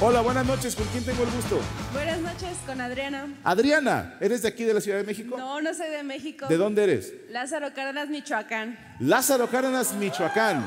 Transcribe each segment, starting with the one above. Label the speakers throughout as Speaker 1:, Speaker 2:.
Speaker 1: Hola, buenas noches. ¿Con quién tengo el gusto?
Speaker 2: Buenas noches con Adriana.
Speaker 1: Adriana, ¿eres de aquí de la Ciudad de México?
Speaker 2: No, no soy de México.
Speaker 1: ¿De dónde eres?
Speaker 2: Lázaro Cárdenas, Michoacán.
Speaker 1: Lázaro Cárdenas, Michoacán.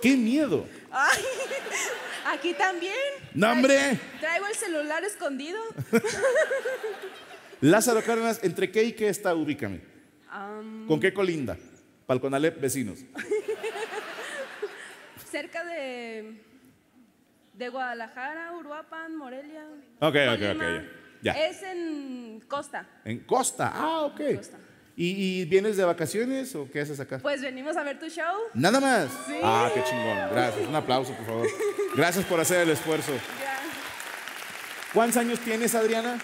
Speaker 1: ¡Qué miedo!
Speaker 2: Ay, aquí también.
Speaker 1: ¡No, hombre!
Speaker 2: Traigo el celular escondido.
Speaker 1: Lázaro Cárdenas, ¿entre qué y qué está? Ubícame. ¿Con qué colinda? Palconalep, vecinos.
Speaker 2: Cerca de, de Guadalajara, Uruapan, Morelia.
Speaker 1: Ok, ok,
Speaker 2: Colima.
Speaker 1: ok, ya. Ya.
Speaker 2: Es en Costa.
Speaker 1: En Costa. Ah, ok.
Speaker 2: Costa.
Speaker 1: ¿Y, y vienes de vacaciones o qué haces acá?
Speaker 2: Pues venimos a ver tu show.
Speaker 1: Nada más.
Speaker 2: Sí.
Speaker 1: Ah, qué chingón. Gracias. Un aplauso, por favor. Gracias por hacer el esfuerzo.
Speaker 2: Ya.
Speaker 1: ¿Cuántos años tienes, Adriana?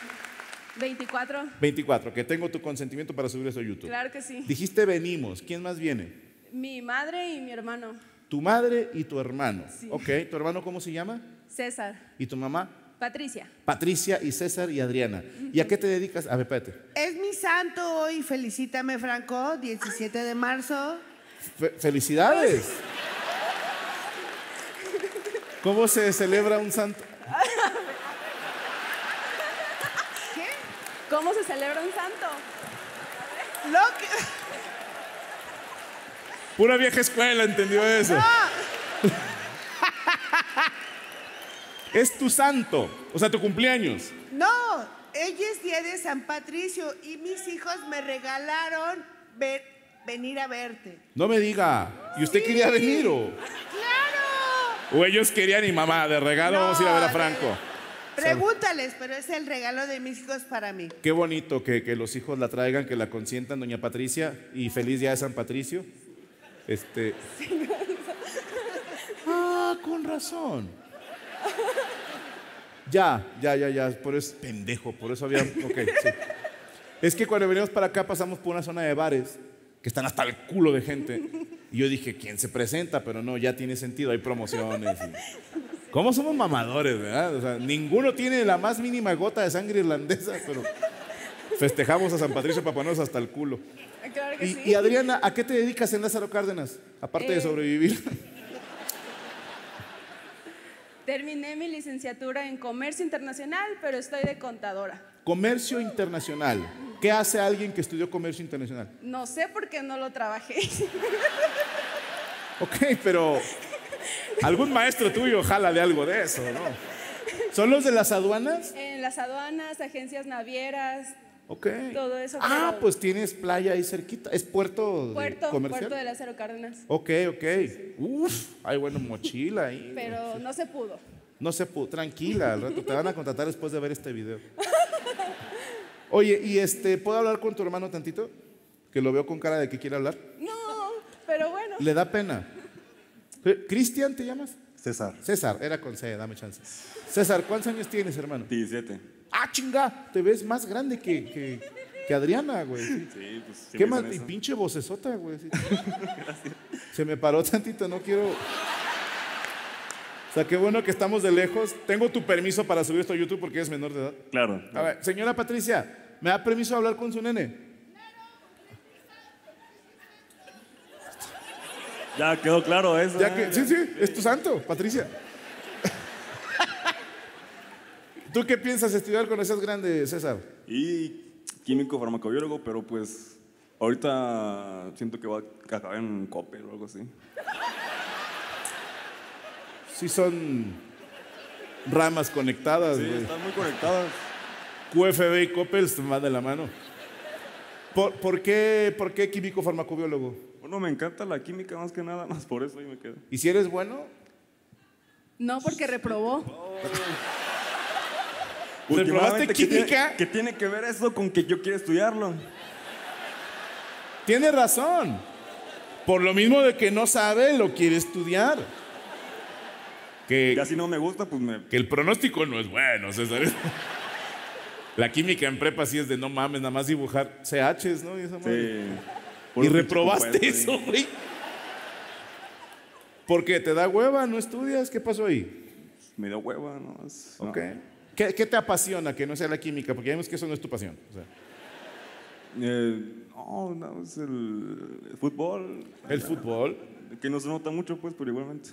Speaker 2: 24.
Speaker 1: 24. Que tengo tu consentimiento para subir eso a YouTube.
Speaker 2: Claro que sí.
Speaker 1: Dijiste venimos. ¿Quién más viene?
Speaker 2: Mi madre y mi hermano,
Speaker 1: Tu madre y tu hermano.
Speaker 2: Sí.
Speaker 1: Ok. ¿Tu hermano cómo se llama?
Speaker 2: César,
Speaker 1: ¿Y tu mamá?
Speaker 2: Patricia.
Speaker 1: Patricia y César y Adriana. ¿Y a qué te dedicas? A ver, espérate.
Speaker 3: Es mi santo hoy, felicítame Franco, 17 de marzo.
Speaker 1: Fe- ¡Felicidades! ¿Cómo se celebra un santo?
Speaker 3: ¿Qué?
Speaker 2: ¿Cómo se celebra un santo?
Speaker 3: Lo que...
Speaker 1: Pura vieja escuela entendió eso. es tu santo, o sea, tu cumpleaños.
Speaker 3: No, ella es día de San Patricio y mis hijos me regalaron ver- venir a verte.
Speaker 1: No me diga. ¿Y usted quería venir o,
Speaker 3: ¡Claro!
Speaker 1: o ellos querían y mamá, de regalo vamos a ir a ver a
Speaker 3: No,
Speaker 1: Franco?
Speaker 3: Pregúntales, pero es el regalo de mis hijos para mí.
Speaker 1: Qué bonito que, que los hijos la traigan, que la consientan, doña Patricia, y feliz día de San Patricio. Este. Ah, con razón. Ya, ya, ya, ya. Por eso pendejo, por eso había. Ok, sí. Es que cuando venimos para acá pasamos por una zona de bares que están hasta el culo de gente. Y yo dije, ¿quién se presenta? Pero no, ya tiene sentido, hay promociones. y- ¿Cómo somos mamadores, verdad? O sea, ninguno tiene la más mínima gota de sangre irlandesa, pero festejamos a San Patricio para ponernos hasta el culo.
Speaker 2: Claro que
Speaker 1: Y,
Speaker 2: sí.
Speaker 1: y, Adriana, ¿a qué te dedicas en Lázaro Cárdenas? Aparte de
Speaker 2: Eh.
Speaker 1: sobrevivir.
Speaker 2: Terminé mi licenciatura en comercio internacional, pero estoy de contadora.
Speaker 1: Comercio internacional. ¿Qué hace alguien que estudió comercio internacional?
Speaker 2: No sé por qué no lo trabajé.
Speaker 1: Ok, pero algún maestro tuyo jala de algo de eso, ¿no? ¿Son los de las aduanas?
Speaker 2: En las aduanas, agencias navieras,
Speaker 1: Ok.
Speaker 2: Todo eso,
Speaker 1: Ah,
Speaker 2: pero-
Speaker 1: pues tienes playa ahí cerquita. ¿Es puerto, de-
Speaker 2: puerto,
Speaker 1: comercial?
Speaker 2: puerto de Lázaro Cárdenas.
Speaker 1: Ok, ok. Uf, hay bueno, mochila ahí.
Speaker 2: Pero no se pudo.
Speaker 1: No se pudo. Tranquila, al rato te van a contratar después de ver este video. Oye, ¿y este, puedo hablar con tu hermano tantito? Que lo veo con cara de que quiere hablar.
Speaker 2: No, pero bueno.
Speaker 1: Le da pena. Eh, ¿Cristian te llamas?
Speaker 4: César.
Speaker 1: César, era con C, dame chance. César, ¿cuántos años tienes, hermano?
Speaker 4: 17.
Speaker 1: ¡Ah, chinga! Te ves más grande que, que, que Adriana, güey. sí.
Speaker 4: Sí, pues. siempre
Speaker 1: Qué mal,
Speaker 4: dicen
Speaker 1: y
Speaker 4: eso.
Speaker 1: pinche vocesota, güey. sí. Se me paró tantito, no quiero. O sea, qué bueno que estamos de lejos. Tengo tu permiso para subir esto a YouTube porque eres menor de edad.
Speaker 4: Claro.
Speaker 1: A ver, señora Patricia, ¿me da permiso de hablar con su nene?
Speaker 4: Ya quedó claro eso.
Speaker 1: Ya
Speaker 4: ¿eh?
Speaker 1: que, sí, sí, es tu santo, Patricia. ¿Tú qué piensas estudiar cuando seas grande, César?
Speaker 4: Y químico farmacobiólogo, pero pues ahorita siento que va a acabar en COPE o algo así.
Speaker 1: Sí son ramas conectadas,
Speaker 4: Sí,
Speaker 1: güey.
Speaker 4: están muy conectadas.
Speaker 1: QFB y Coppel van de la mano. ¿Por, por qué, por qué químico farmacobiólogo?
Speaker 4: Bueno, me encanta la química más que nada, más por eso ahí me quedo.
Speaker 1: ¿Y si eres bueno?
Speaker 2: No, porque reprobó.
Speaker 1: ¿Reprobaste
Speaker 4: Últimamente, ¿qué tiene-
Speaker 1: química?
Speaker 4: ¿Qué tiene que ver eso con que yo quiera estudiarlo?
Speaker 1: Tienes razón. Por lo mismo de que no sabe, lo quiere estudiar. Que,
Speaker 4: Ya si no me gusta, pues me.
Speaker 1: que el pronóstico no es bueno, César. La química en prepa sí es de no mames, nada más dibujar CHs, ¿no? Y, esa madre.
Speaker 4: Sí.
Speaker 1: Y
Speaker 4: Puro
Speaker 1: reprobaste
Speaker 4: pinche
Speaker 1: eso,
Speaker 4: compuesto, sí.
Speaker 1: güey. Porque te da hueva, no estudias, ¿qué pasó ahí?
Speaker 4: Me dio hueva, no. es- no.
Speaker 1: Ok. ¿Qué, qué te apasiona que no sea la química? Porque ya vemos que eso no es tu pasión. o sea,
Speaker 4: Eh, no, no, es el el fútbol.
Speaker 1: el fútbol.
Speaker 4: Que no se nota mucho, pues, pero igualmente.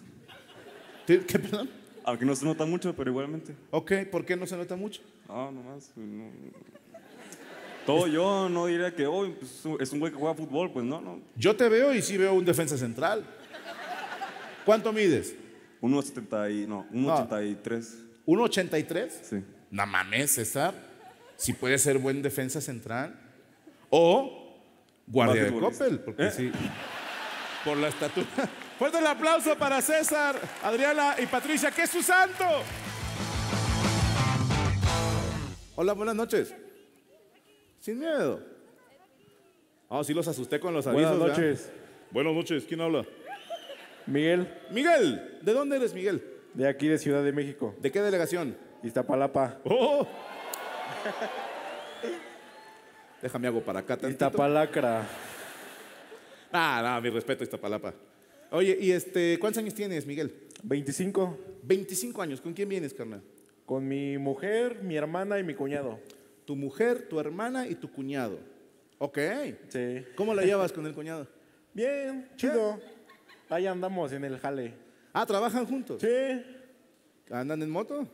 Speaker 1: ¿Qué, qué, perdón?
Speaker 4: Aunque no se nota mucho, pero igualmente.
Speaker 1: Ok, ¿por qué no se nota mucho?
Speaker 4: Ah, nomás. no. Todo yo no diría que hoy es un güey que juega fútbol, pues no, no.
Speaker 1: Yo te veo y sí veo un defensa central. ¿Cuánto mides?
Speaker 4: 1.70 y no, 1.83.
Speaker 1: ¿1,83?
Speaker 4: Sí.
Speaker 1: No mames, César. Si puede ser buen defensa central. O guardia de
Speaker 4: Basquetbolista.
Speaker 1: Coppel, porque
Speaker 4: ¿Eh?
Speaker 1: sí. Por la estatura. Fuerte el aplauso para César, Adriana y Patricia, que es su santo. Hola, buenas noches. Sin miedo. Ah, sí los asusté con los avisos.
Speaker 5: Buenas
Speaker 1: ¿verdad?
Speaker 5: noches,
Speaker 1: Buenas noches, ¿quién habla?
Speaker 5: Miguel,
Speaker 1: Miguel, ¿de dónde eres, Miguel?
Speaker 5: de aquí de Ciudad de México,
Speaker 1: ¿De qué delegación?
Speaker 5: Iztapalapa,
Speaker 1: ¡Oh! Déjame hago para acá tantito.
Speaker 5: Iztapalacra,
Speaker 1: Ah, no, mi respeto a Iztapalapa. Oye, ¿y este, cuántos años tienes, Miguel?
Speaker 5: 25,
Speaker 1: 25 años. ¿Con quién vienes, carnal?
Speaker 5: con mi mujer, mi hermana y mi cuñado.
Speaker 1: Tu mujer, tu hermana y tu cuñado. Ok.
Speaker 5: Sí.
Speaker 1: ¿Cómo la llevas con el cuñado?
Speaker 5: Bien, chido. Ahí andamos en el jale.
Speaker 1: Ah, ¿trabajan juntos?
Speaker 5: Sí,
Speaker 1: ¿Andan en moto?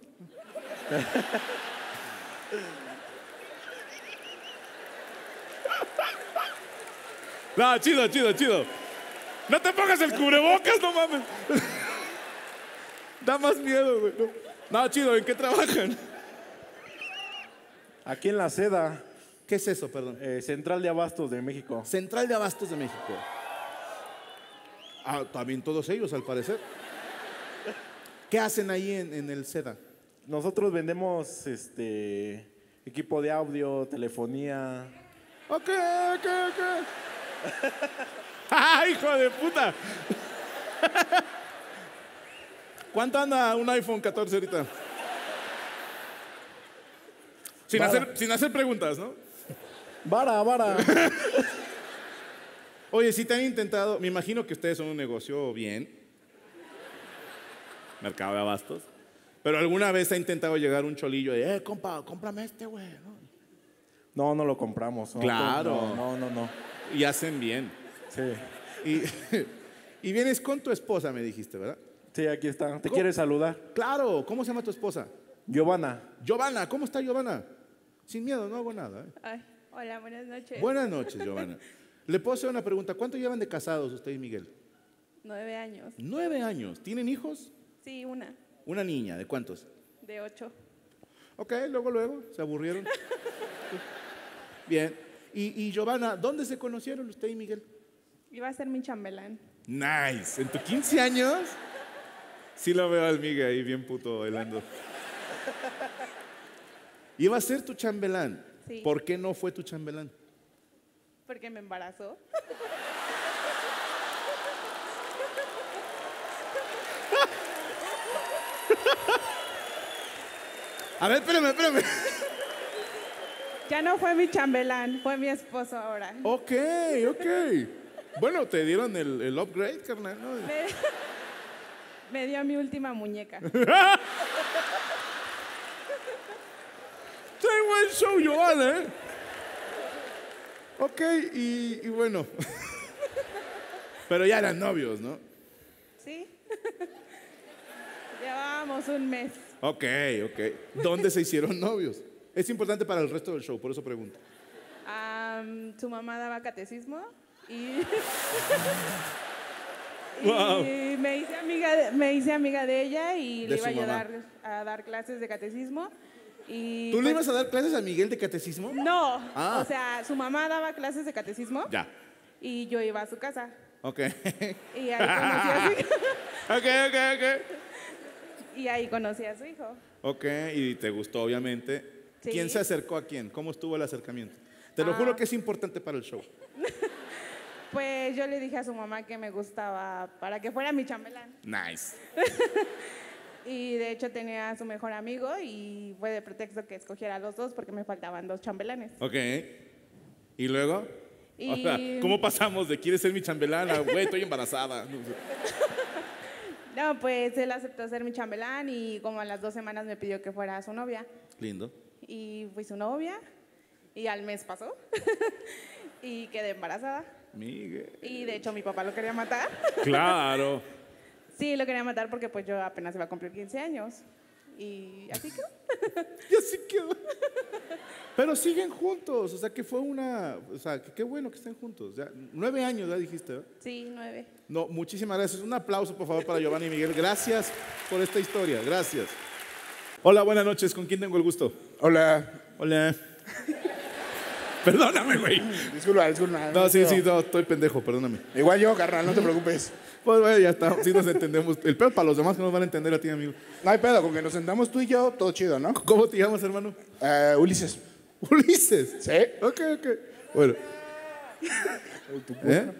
Speaker 1: no, chido, chido, chido. No te pongas el cubrebocas, no mames. da más miedo, güey. No. no, chido, ¿en qué trabajan?
Speaker 5: aquí en la seda,
Speaker 1: ¿Qué es eso, perdón?
Speaker 5: eh, Central de Abastos de México.
Speaker 1: Central de Abastos de México. Ah, también todos ellos, al parecer. ¿Qué hacen ahí en, en el SEDA?
Speaker 5: Nosotros vendemos este equipo de audio, telefonía.
Speaker 1: Ok, ok, ok. ¡Ah, hijo de puta! ¿Cuánto anda un iPhone 14 ahorita? Sin
Speaker 5: Nada.
Speaker 1: hacer, sin hacer preguntas, ¿no?
Speaker 5: Vara, vara.
Speaker 1: Oye, si te han intentado, me imagino que ustedes son un negocio bien. Mercado de abastos. Pero alguna vez ha intentado llegar un cholillo de, eh, compa, cómprame este, güey. ¿no?
Speaker 5: No, no lo compramos. ¿no?
Speaker 1: Claro.
Speaker 5: No, no, no. no.
Speaker 1: Y hacen bien.
Speaker 5: Sí.
Speaker 1: Y, y vienes con tu esposa, me dijiste, ¿verdad?
Speaker 5: Sí, aquí está. Te
Speaker 1: ¿Cómo?
Speaker 5: quiere saludar.
Speaker 1: Claro, ¿cómo se llama tu esposa?
Speaker 5: Giovanna.
Speaker 1: Giovanna, ¿cómo está Giovanna? Sin miedo, no hago nada. ¿eh?
Speaker 2: Ay, hola, buenas noches.
Speaker 1: Buenas noches, Giovanna. Le puedo hacer una pregunta. ¿Cuánto llevan de casados usted y Miguel?
Speaker 2: Nueve años.
Speaker 1: Nueve años. ¿Tienen hijos?
Speaker 2: Sí, una,
Speaker 1: Una niña, ¿de cuántos?
Speaker 2: de ocho.
Speaker 1: Ok, luego, luego, se aburrieron. Bien. Y, y Giovanna, ¿dónde se conocieron usted y Miguel?
Speaker 2: Iba a ser mi chambelán.
Speaker 1: Nice. ¿En tus 15 años? Sí lo veo al Miguel ahí bien puto bailando. Iba a ser tu chambelán.
Speaker 2: Sí.
Speaker 1: ¿Por qué no fue tu chambelán?
Speaker 2: Porque me embarazó.
Speaker 1: A ver, espérame, espérame.
Speaker 2: Ya no fue mi chambelán, fue mi esposo ahora.
Speaker 1: Ok, ok. Bueno, te dieron el, el upgrade, carnal. ¿no?
Speaker 2: Me, me dio mi última muñeca.
Speaker 1: Trae buen show, Giovanna, ¿eh? Ok, y, y bueno. Pero ya eran novios, ¿no?
Speaker 2: ¿Sí? Llevábamos un mes.
Speaker 1: Ok, ok. ¿Dónde se hicieron novios? Es importante para el resto del show, por eso pregunto.
Speaker 2: Am, su mamá daba catecismo y. y
Speaker 1: Wow.
Speaker 2: me, hice amiga de, me hice amiga de ella y
Speaker 1: De
Speaker 2: le iba a
Speaker 1: su mamá.
Speaker 2: ayudar a dar clases de catecismo. Y
Speaker 1: ¿Tú le
Speaker 2: pues,
Speaker 1: ibas a dar clases a Miguel de catecismo?
Speaker 2: No,
Speaker 1: Ah.
Speaker 2: o sea, su mamá daba clases de catecismo
Speaker 1: Ya.
Speaker 2: y yo iba a su casa.
Speaker 1: Ok.
Speaker 2: Y ahí conocí a su hijo.
Speaker 1: ok, ok, ok.
Speaker 2: Y ahí conocí a su hijo.
Speaker 1: Ok, y te gustó, obviamente.
Speaker 2: Sí. Ah.
Speaker 1: ¿Quién se acercó a quién? ¿Cómo estuvo el acercamiento? Te lo juro que es importante para el show.
Speaker 2: Pues yo le dije a su mamá que me gustaba para que fuera mi chambelán.
Speaker 1: Nice.
Speaker 2: Y de hecho tenía a su mejor amigo y fue de pretexto que escogiera a los dos porque me faltaban dos chambelanes.
Speaker 1: Ok. ¿Y luego? O
Speaker 2: Y-
Speaker 1: sea, ¿Cómo pasamos de quieres ser mi chambelana? Güey, estoy embarazada. No sé.
Speaker 2: No, pues él aceptó ser mi chambelán y como a las dos semanas me pidió que fuera su novia.
Speaker 1: Lindo.
Speaker 2: Y fui su novia y al mes pasó y quedé embarazada.
Speaker 1: Miguel.
Speaker 2: Y de hecho mi papá lo quería matar.
Speaker 1: Claro.
Speaker 2: Sí, lo quería matar porque pues yo apenas iba a cumplir 15 años. Y así que
Speaker 1: Y así quedó. Pero siguen juntos, o sea que fue una, o sea, que qué bueno que estén juntos. Ya, nueve años, ya dijiste, ¿verdad?
Speaker 2: sí, nueve.
Speaker 1: No, muchísimas gracias. Un aplauso, por favor, para Giovanni y Miguel. Gracias por esta historia, gracias. Hola, buenas noches, ¿con quién tengo el gusto?
Speaker 6: Hola.
Speaker 1: Hola. Perdóname, güey.
Speaker 6: Disculpa, disculpa.
Speaker 1: No, sí, sí, no, estoy pendejo, perdóname.
Speaker 6: Igual yo, carnal, no te preocupes.
Speaker 1: Pues bueno, ya está, sí nos entendemos. El peor para los demás que nos van a entender a ti, amigo.
Speaker 6: No hay pedo, con que nos sentamos tú y yo, todo chido, ¿no?
Speaker 1: ¿Cómo te llamas, hermano?
Speaker 6: Eh, Ulises.
Speaker 1: Ulises.
Speaker 6: ¿Sí?
Speaker 1: Ok, ok. Bueno. ¿Eh?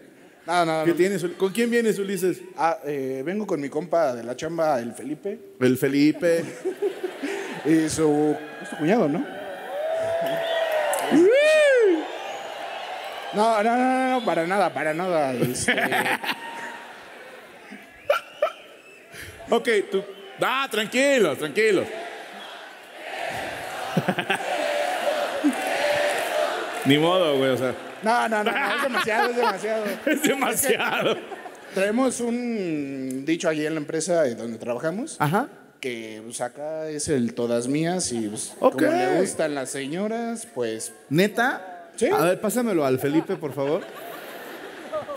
Speaker 6: Nada, nada.
Speaker 1: ¿Qué tienes? Ul- ¿Con quién vienes, Ulises?
Speaker 6: Ah, eh, vengo con mi compa de la chamba, el Felipe,
Speaker 1: El Felipe.
Speaker 6: y su, es tu cuñado, ¿no? No, no, no, no, no, para nada, para nada. este,
Speaker 1: Ok, tú. Ah, tranquilo, tranquilo. Ni modo, güey, o sea.
Speaker 6: no, no, no, no, es demasiado, es demasiado.
Speaker 1: Es demasiado.
Speaker 6: Traemos un dicho allí en la empresa eh, donde trabajamos,
Speaker 1: Ajá.
Speaker 6: que pues, acá es el todas mías y pues,
Speaker 1: Ok.
Speaker 6: como le gustan las señoras, pues
Speaker 1: ¿Neta?
Speaker 6: Sí.
Speaker 1: A ver, pásamelo al Felipe, por favor.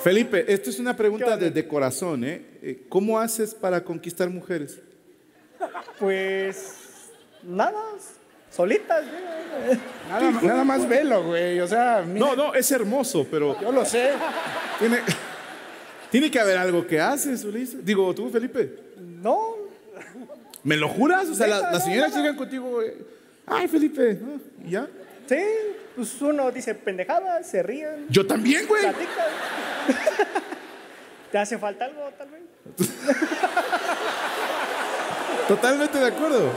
Speaker 1: Felipe, esto es una pregunta de, de corazón, ¿eh? Eh, ¿Cómo haces para conquistar mujeres?
Speaker 5: Pues nada, solitas. ¿sí?
Speaker 6: nada, ma- nada más velo, güey. O sea, mira,
Speaker 1: No, no, es hermoso, pero
Speaker 6: yo lo sé.
Speaker 1: tiene, tiene que haber algo que haces, Ulises. Digo, tú, Felipe.
Speaker 5: No,
Speaker 1: ¿Me lo juras? O sea, la-
Speaker 5: Neta,
Speaker 1: las
Speaker 5: no,
Speaker 1: señoras
Speaker 5: nada.
Speaker 1: llegan contigo, güey, Ay, Felipe, ah, ¿y ¿ya?
Speaker 5: sí, pues uno dice pendejadas, se ríen,
Speaker 1: Yo también, güey.
Speaker 5: platican. ¿Te hace falta algo tal vez?
Speaker 1: Totalmente de acuerdo.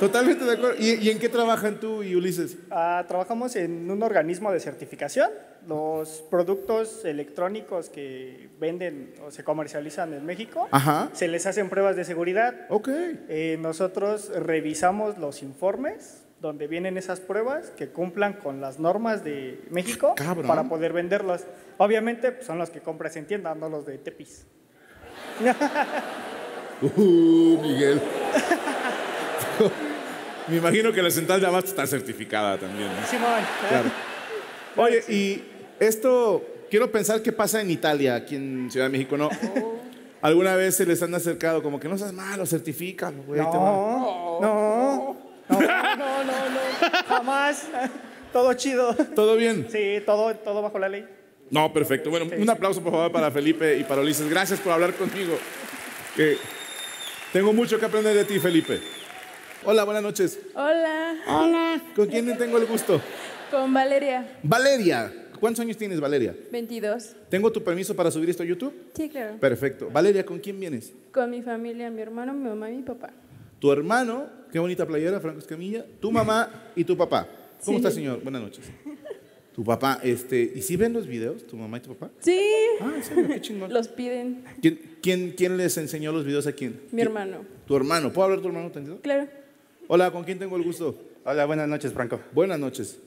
Speaker 1: Totalmente de acuerdo. ¿Y, y en qué trabajan tú y Ulises?
Speaker 5: Ah, trabajamos en un organismo de certificación. Los productos electrónicos que venden o se comercializan en México,
Speaker 1: Ajá.
Speaker 5: se les hacen pruebas de seguridad.
Speaker 1: Ok.
Speaker 5: Eh, nosotros revisamos los informes donde vienen esas pruebas que cumplan con las normas de México
Speaker 1: Cabrón.
Speaker 5: para poder venderlas. Obviamente pues, son los que compras en tienda, no los de Tepis.
Speaker 1: Uh, Miguel. Me imagino que la central de abasto está certificada también. ¿no?
Speaker 5: Simón,
Speaker 1: Claro. Oye, y esto quiero pensar que pasa en Italia, aquí en Ciudad de México, ¿no?
Speaker 5: Oh.
Speaker 1: ¿Alguna vez se les han acercado como que no seas malo, certifícalo, güey? te va-
Speaker 5: No, no, no, no, no, no, jamás. Todo chido.
Speaker 1: ¿Todo bien?
Speaker 5: Sí, todo, todo bajo la ley.
Speaker 1: No, perfecto. Bueno, un aplauso por favor para Felipe y para Ulises. Gracias por hablar conmigo. Que tengo mucho que aprender de ti, Felipe. Hola, buenas noches.
Speaker 7: Hola,
Speaker 1: Hola. ¿Con quién tengo el gusto?
Speaker 7: con Valeria,
Speaker 1: Valeria. ¿Cuántos años tienes, Valeria?
Speaker 7: 22.
Speaker 1: ¿Tengo tu permiso para subir esto a YouTube?
Speaker 7: Sí, claro.
Speaker 1: Perfecto. Valeria, ¿con quién vienes?
Speaker 7: Con mi familia, mi hermano, mi mamá y mi papá.
Speaker 1: Tu hermano, qué bonita playera, Franco Escamilla, tu mamá y tu papá. ¿Cómo
Speaker 7: Sí.
Speaker 1: está, señor? Buenas noches. Tu papá, este, ¿y si ven los videos, tu mamá y tu papá?
Speaker 7: Sí,
Speaker 1: Ah, ¿en serio? qué chingón.
Speaker 7: los piden.
Speaker 1: ¿Quién, quién, quién les enseñó los videos a quién?
Speaker 7: Mi hermano.
Speaker 1: Tu hermano. ¿Puedo hablar de tu hermano tantito?
Speaker 7: Claro.
Speaker 1: Hola, ¿con quién tengo el gusto?
Speaker 8: Hola, buenas noches, Franco.
Speaker 1: Buenas noches.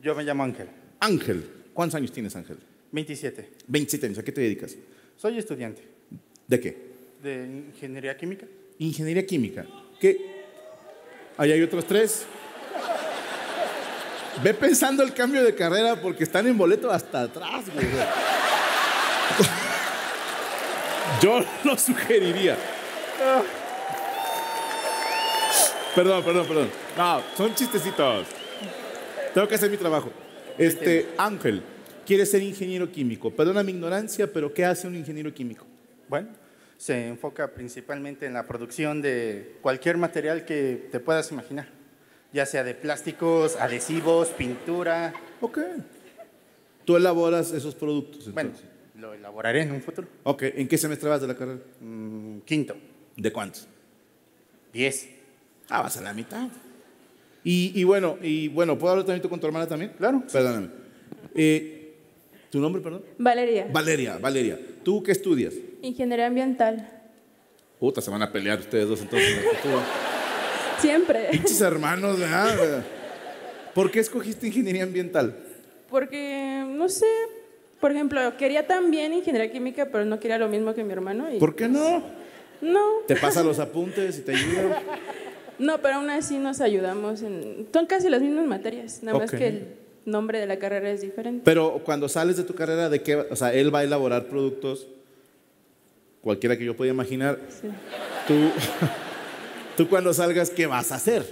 Speaker 8: Yo me llamo Ángel,
Speaker 1: Ángel, ¿cuántos años tienes, Ángel?
Speaker 8: 27.
Speaker 1: 27 años, ¿a qué te dedicas?
Speaker 8: Soy estudiante
Speaker 1: ¿De qué?
Speaker 8: de ingeniería química.
Speaker 1: Ingeniería química. ¿Qué? Ahí hay otros tres. Ve pensando el cambio de carrera porque están en boleto hasta atrás, güey. Yo lo sugeriría. Perdón, perdón, perdón. No, son chistecitos. Tengo que hacer mi trabajo. Este, Ángel, quiere ser ingeniero químico. Perdona mi ignorancia, pero ¿qué hace un ingeniero químico?
Speaker 8: Bueno, se enfoca principalmente en la producción de cualquier material que te puedas imaginar, ya sea de plásticos, adhesivos, pintura.
Speaker 1: Ok. Tú elaboras esos productos. Entonces.
Speaker 8: Bueno, lo elaboraré en un futuro.
Speaker 1: Ok, ¿en qué semestre vas de la carrera?
Speaker 8: Mm, quinto,
Speaker 1: ¿De cuántos?
Speaker 8: 10.
Speaker 1: Ah, vas a la mitad. Y, y bueno, y bueno, ¿puedo hablar también tú con tu hermana también? Claro. Perdóname. Eh, ¿Tu nombre, perdón?
Speaker 7: Valeria,
Speaker 1: Valeria, Valeria. ¿Tú qué estudias?
Speaker 7: ingeniería ambiental.
Speaker 1: Puta, se van a pelear ustedes dos entonces.
Speaker 7: Siempre.
Speaker 1: Pinches hermanos, ¿verdad? ¿Por qué escogiste ingeniería ambiental?
Speaker 7: Porque, no sé, Por ejemplo, quería también ingeniería química, pero no quería lo mismo que mi hermano. Y
Speaker 1: ¿Por qué no?
Speaker 7: No,
Speaker 1: Te pasa los apuntes y te ayuda.
Speaker 7: no, pero aún así nos ayudamos. En, son casi las mismas materias, nada
Speaker 1: Ok.
Speaker 7: más que el nombre de la carrera es diferente.
Speaker 1: Pero cuando sales de tu carrera, ¿de qué? va- O sea, él va a elaborar productos, cualquiera que yo pueda imaginar.
Speaker 7: Sí.
Speaker 1: Tú, tú cuando salgas, ¿qué vas a hacer?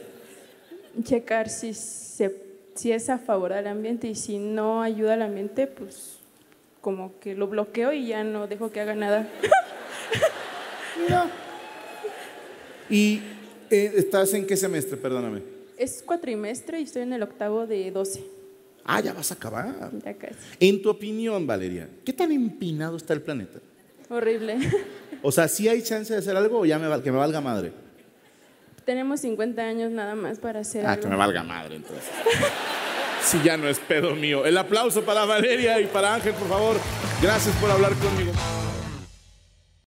Speaker 7: Checar si, se, si es a favor del ambiente y si no ayuda al ambiente, pues como que lo bloqueo y ya no dejo que haga nada.
Speaker 1: Y eh, estás en qué semestre, perdóname.
Speaker 7: Es cuatrimestre y estoy en el octavo de 12.
Speaker 1: Ah, ya vas a acabar.
Speaker 7: Ya casi.
Speaker 1: En tu opinión, Valeria, ¿qué tan empinado está el planeta?
Speaker 7: Horrible.
Speaker 1: O sea, ¿sí hay chance de hacer algo o ya me val- que me valga madre?
Speaker 7: Tenemos 50 años nada más para hacer
Speaker 1: Ah,
Speaker 7: algo.
Speaker 1: que me valga madre entonces. Si ya no es pedo mío. El aplauso para Valeria y para Ángel, por favor. Gracias por hablar conmigo.